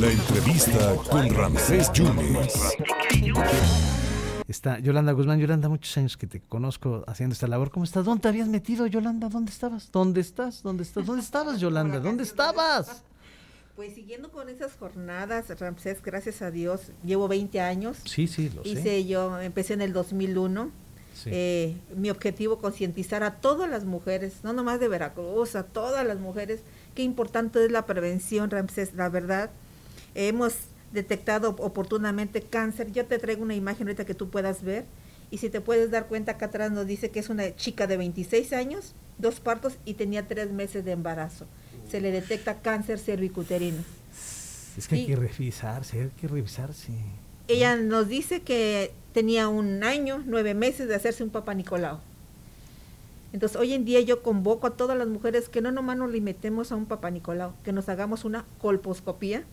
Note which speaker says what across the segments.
Speaker 1: La entrevista con Ramsés Yunes.
Speaker 2: Está Yolanda Guzmán. Yolanda, muchos años que te conozco haciendo esta labor. ¿Cómo estás? ¿Dónde te habías metido, Yolanda? ¿Dónde estabas? ¿Dónde estás? ¿Dónde estás? ¿Dónde estabas, Yolanda? ¿Dónde estabas?
Speaker 3: Pues siguiendo con esas jornadas, Ramsés, gracias a Dios, llevo 20 años.
Speaker 2: Sí, pues sí, lo sé.
Speaker 3: Hice yo, empecé en el 2001.
Speaker 2: Sí.
Speaker 3: Eh, mi objetivo, concientizar a todas las mujeres, no nomás de Veracruz, a todas las mujeres, qué importante es la prevención, Ramsés, la verdad. Hemos detectado oportunamente cáncer. Yo te traigo una imagen ahorita que tú puedas ver. Y si te puedes dar cuenta, acá atrás nos dice que es una chica de 26 años, dos partos y tenía tres meses de embarazo. Se le detecta cáncer cervicuterino.
Speaker 2: Es que hay
Speaker 3: y-
Speaker 2: que revisarse, hay que revisarse.
Speaker 3: Ella nos dice que tenía un año, nueve meses de hacerse un papá Nicolau. Entonces, hoy en día yo convoco a todas las mujeres que no nomás nos limitemos a un papá Nicolau, que nos hagamos una colposcopía.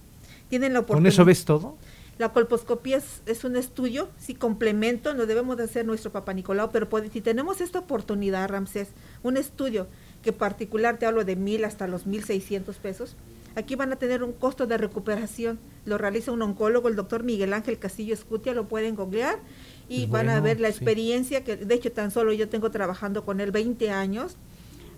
Speaker 3: Tienen la
Speaker 2: ¿Con
Speaker 3: oportunidad.
Speaker 2: eso ves todo?
Speaker 3: La colposcopía es, es un estudio, si complemento, nos debemos de hacer nuestro papá Nicolau, pero puede- si tenemos esta oportunidad, Ramsés, un estudio que particular, te hablo de mil hasta los mil seiscientos pesos, aquí van a tener un costo de recuperación. Lo realiza un oncólogo, el doctor Miguel Ángel Castillo Escutia, lo pueden googlear y
Speaker 2: Es
Speaker 3: van a
Speaker 2: bueno,
Speaker 3: ver la
Speaker 2: sí.
Speaker 3: experiencia que, de hecho, tan solo yo tengo trabajando con él 20 años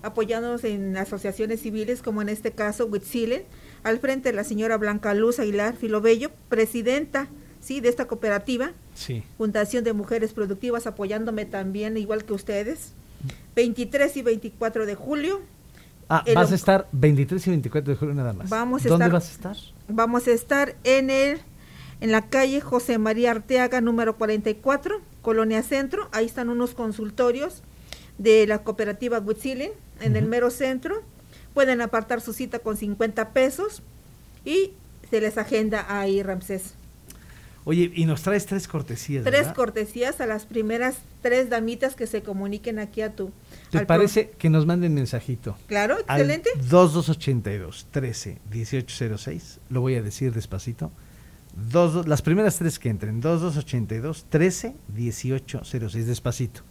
Speaker 3: apoyándonos en asociaciones civiles, como en este caso Huitzilen, al frente la señora Blanca Luz Aguilar Filobello, presidenta sí, de esta cooperativa,
Speaker 2: Sí.
Speaker 3: Fundación de Mujeres Productivas, apoyándome también, igual que ustedes. 23 y 24 de julio
Speaker 2: Ah,
Speaker 3: El
Speaker 2: vas a
Speaker 3: onc-
Speaker 2: estar 23 y 24 de julio nada más.
Speaker 3: Vamos a
Speaker 2: ¿Dónde
Speaker 3: estar-
Speaker 2: vas a estar?
Speaker 3: vamos a estar en el en la calle José María Arteaga número 44, Colonia Centro. Ahí están unos consultorios de la cooperativa Huitzilin en el
Speaker 2: Ujú.
Speaker 3: mero centro. Pueden apartar su cita con 50 pesos y se les agenda ahí Ramsés.
Speaker 2: Oye, y nos traes tres cortesías.
Speaker 3: Tres
Speaker 2: ¿verdad?
Speaker 3: cortesías a las primeras tres damitas que se comuniquen aquí a tu.
Speaker 2: ¿Te
Speaker 3: al pro-
Speaker 2: parece que nos manden mensajito?
Speaker 3: Claro,
Speaker 2: al
Speaker 3: excelente.
Speaker 2: 2282 13 1806. Lo voy a decir despacito. Dos, dos- las primeras tres que entren. 2282 13 1806. Despacito.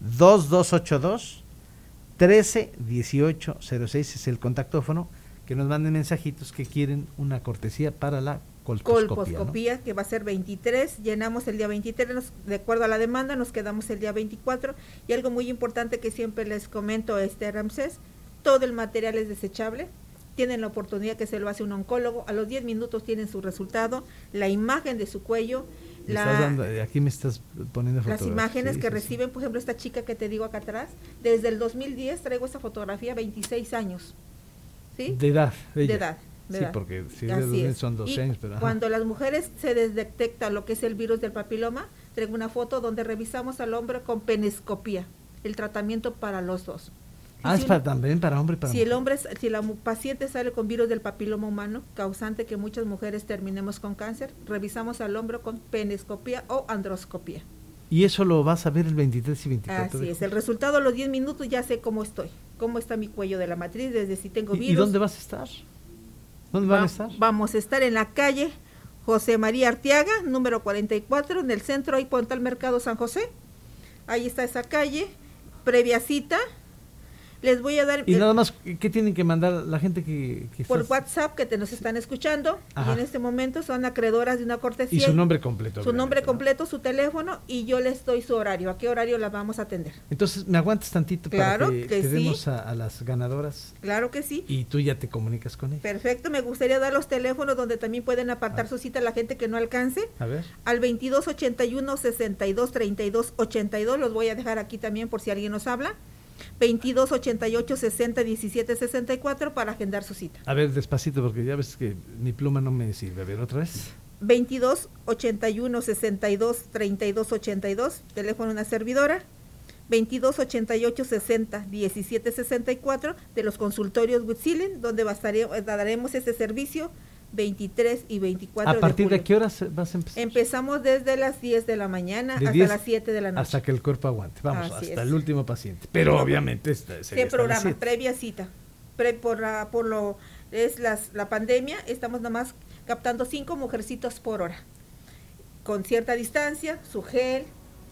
Speaker 2: 2282 13 1806 es el contactófono. Que nos manden mensajitos que quieren una cortesía para la colposcopía. ¿no?
Speaker 3: colposcopía, que va a ser 23, llenamos el día 23, nos- de acuerdo a la demanda, nos quedamos el día 24. Y algo muy importante que siempre les comento, este Ramsés, todo el material es desechable, tienen la oportunidad que se lo hace un oncólogo, a los 10 minutos tienen su resultado, la imagen de su cuello,
Speaker 2: Me
Speaker 3: la-
Speaker 2: estás dando- eh, aquí me estás poniendo
Speaker 3: las
Speaker 2: fotografías,
Speaker 3: imágenes
Speaker 2: sí,
Speaker 3: que
Speaker 2: sí, sí.
Speaker 3: reciben, por ejemplo, esta chica que te digo acá atrás, desde el 2010 traigo esta fotografía, 26 años. ¿Sí?
Speaker 2: De edad.
Speaker 3: de
Speaker 2: ella.
Speaker 3: edad. de
Speaker 2: sí,
Speaker 3: edad.
Speaker 2: porque si
Speaker 3: Así
Speaker 2: de-
Speaker 3: es.
Speaker 2: son 12
Speaker 3: Y
Speaker 2: años, pero. ajá.
Speaker 3: Cuando las mujeres se les detecta lo que es el virus del papiloma, traigo una foto donde revisamos al hombre con penescopía, el tratamiento para los dos. Y
Speaker 2: Ah, es
Speaker 3: si un-
Speaker 2: para, también para hombre y para
Speaker 3: si el
Speaker 2: mujer.
Speaker 3: hombre, s- si la mu- paciente sale con virus del papiloma humano, causante que muchas mujeres terminemos con cáncer, revisamos al hombro con penescopía o androscopía.
Speaker 2: Y eso lo vas a ver el 23 y 24
Speaker 3: Así
Speaker 2: de
Speaker 3: es, el
Speaker 2: julio.
Speaker 3: resultado a los 10 minutos ya sé cómo estoy, cómo está mi cuello de la matriz, desde si tengo
Speaker 2: ¿Y-
Speaker 3: virus.
Speaker 2: ¿Y, dónde vas a estar? ¿Dónde van a
Speaker 3: Va-
Speaker 2: estar?
Speaker 3: Vamos a estar en la calle José María Arteaga, número 44, en el centro, ahí por el mercado San José. Ahí está esa calle, previa cita. Les voy a dar
Speaker 2: Y
Speaker 3: eh,
Speaker 2: nada más, ¿qué tienen que mandar la gente que, que
Speaker 3: por
Speaker 2: estás-
Speaker 3: WhatsApp que te nos están escuchando.
Speaker 2: Ajá.
Speaker 3: Y en este momento son acreedoras de una
Speaker 2: Y
Speaker 3: cortesía.
Speaker 2: su nombre completo.
Speaker 3: Su nombre
Speaker 2: obviamente, ¿no?
Speaker 3: completo, su teléfono y yo les doy su horario. ¿A qué horario la vamos a atender?
Speaker 2: Entonces, ¿me aguantas tantito
Speaker 3: Claro
Speaker 2: para que,
Speaker 3: que
Speaker 2: que
Speaker 3: sí.
Speaker 2: demos a, a las ganadoras
Speaker 3: Claro que sí.
Speaker 2: y tú ya te comunicas con ellas?
Speaker 3: Perfecto, me gustaría dar los teléfonos donde también pueden apartar
Speaker 2: Ah.
Speaker 3: su cita la gente que no alcance.
Speaker 2: A ver.
Speaker 3: al 2281 62 32 82. Los voy a dejar aquí también por si alguien nos habla. 22 88 60 17 64 para agendar su cita.
Speaker 2: A ver, despacito, porque ya ves que mi pluma no me sirve. A ver, otra vez.
Speaker 3: 22 81 62 32 82. Teléfono de una servidora. 22 88 60 17 64 de los consultorios Witzilin, donde bastaré- daremos este servicio 23 y 24
Speaker 2: ¿A partir de,
Speaker 3: julio.
Speaker 2: qué horas eh, vas a empezar?
Speaker 3: Empezamos desde las 10 de la mañana
Speaker 2: De
Speaker 3: hasta
Speaker 2: 10
Speaker 3: las 7 de la noche.
Speaker 2: Hasta que el cuerpo aguante. Vamos,
Speaker 3: Así
Speaker 2: hasta
Speaker 3: es.
Speaker 2: el último paciente. Pero obviamente esta, sería
Speaker 3: Se
Speaker 2: hasta las
Speaker 3: programa,
Speaker 2: siete.
Speaker 3: previa cita. Pre- por, la, por lo es las, la pandemia, estamos nomás captando cinco mujercitos por hora. Con cierta distancia, su gel,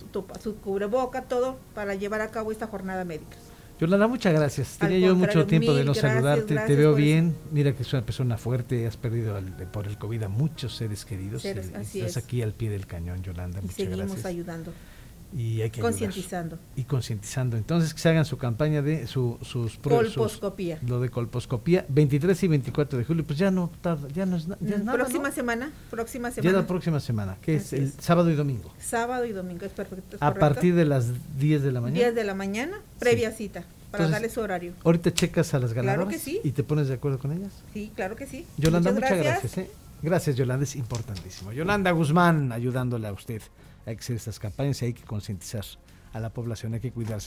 Speaker 3: su, tu- su cubreboca, todo para llevar a cabo esta jornada médica.
Speaker 2: Yolanda, muchas gracias.
Speaker 3: Al
Speaker 2: Tenía yo mucho
Speaker 3: contrario,
Speaker 2: tiempo de
Speaker 3: mil
Speaker 2: no
Speaker 3: gracias,
Speaker 2: saludarte. Te
Speaker 3: gracias
Speaker 2: veo
Speaker 3: por eso.
Speaker 2: bien. Mira que es una persona fuerte. Has perdido al- por el COVID a muchos seres queridos. eh,
Speaker 3: Seres,
Speaker 2: y
Speaker 3: así
Speaker 2: estás
Speaker 3: es.
Speaker 2: aquí al pie del cañón, Yolanda.
Speaker 3: Y
Speaker 2: Ah, Muchas
Speaker 3: seguimos
Speaker 2: gracias.
Speaker 3: ayudando,
Speaker 2: Y hay que ayudar.
Speaker 3: concientizando.
Speaker 2: Y concientizando. Entonces, que se hagan su campaña de su- sus pruebas. sus-
Speaker 3: Colposcopía.
Speaker 2: lo de colposcopía. 23 y 24 de julio. Pues ya no tarda. Ya no es, na- ya es
Speaker 3: Mm,
Speaker 2: nada.
Speaker 3: próxima
Speaker 2: ¿no?
Speaker 3: semana, próxima
Speaker 2: Ya
Speaker 3: semana.
Speaker 2: la próxima semana, que es
Speaker 3: Así
Speaker 2: el
Speaker 3: es.
Speaker 2: sábado y domingo.
Speaker 3: sábado y domingo, es perfecto. es
Speaker 2: A
Speaker 3: correcto.
Speaker 2: partir de las 10 de la mañana.
Speaker 3: 10 de la mañana, previa cita, para
Speaker 2: Entonces-
Speaker 3: darle su horario.
Speaker 2: Ahorita checas a las
Speaker 3: Claro
Speaker 2: ganadoras
Speaker 3: que sí.
Speaker 2: y te pones de acuerdo con ellas.
Speaker 3: Sí, claro que sí.
Speaker 2: Yolanda, muchas, gracias. ¿eh? Gracias, Yolanda, es importantísimo. Yolanda Guzmán ayudándole a usted a que hacer estas campañas y hay que concientizar a la población, hay que cuidarse.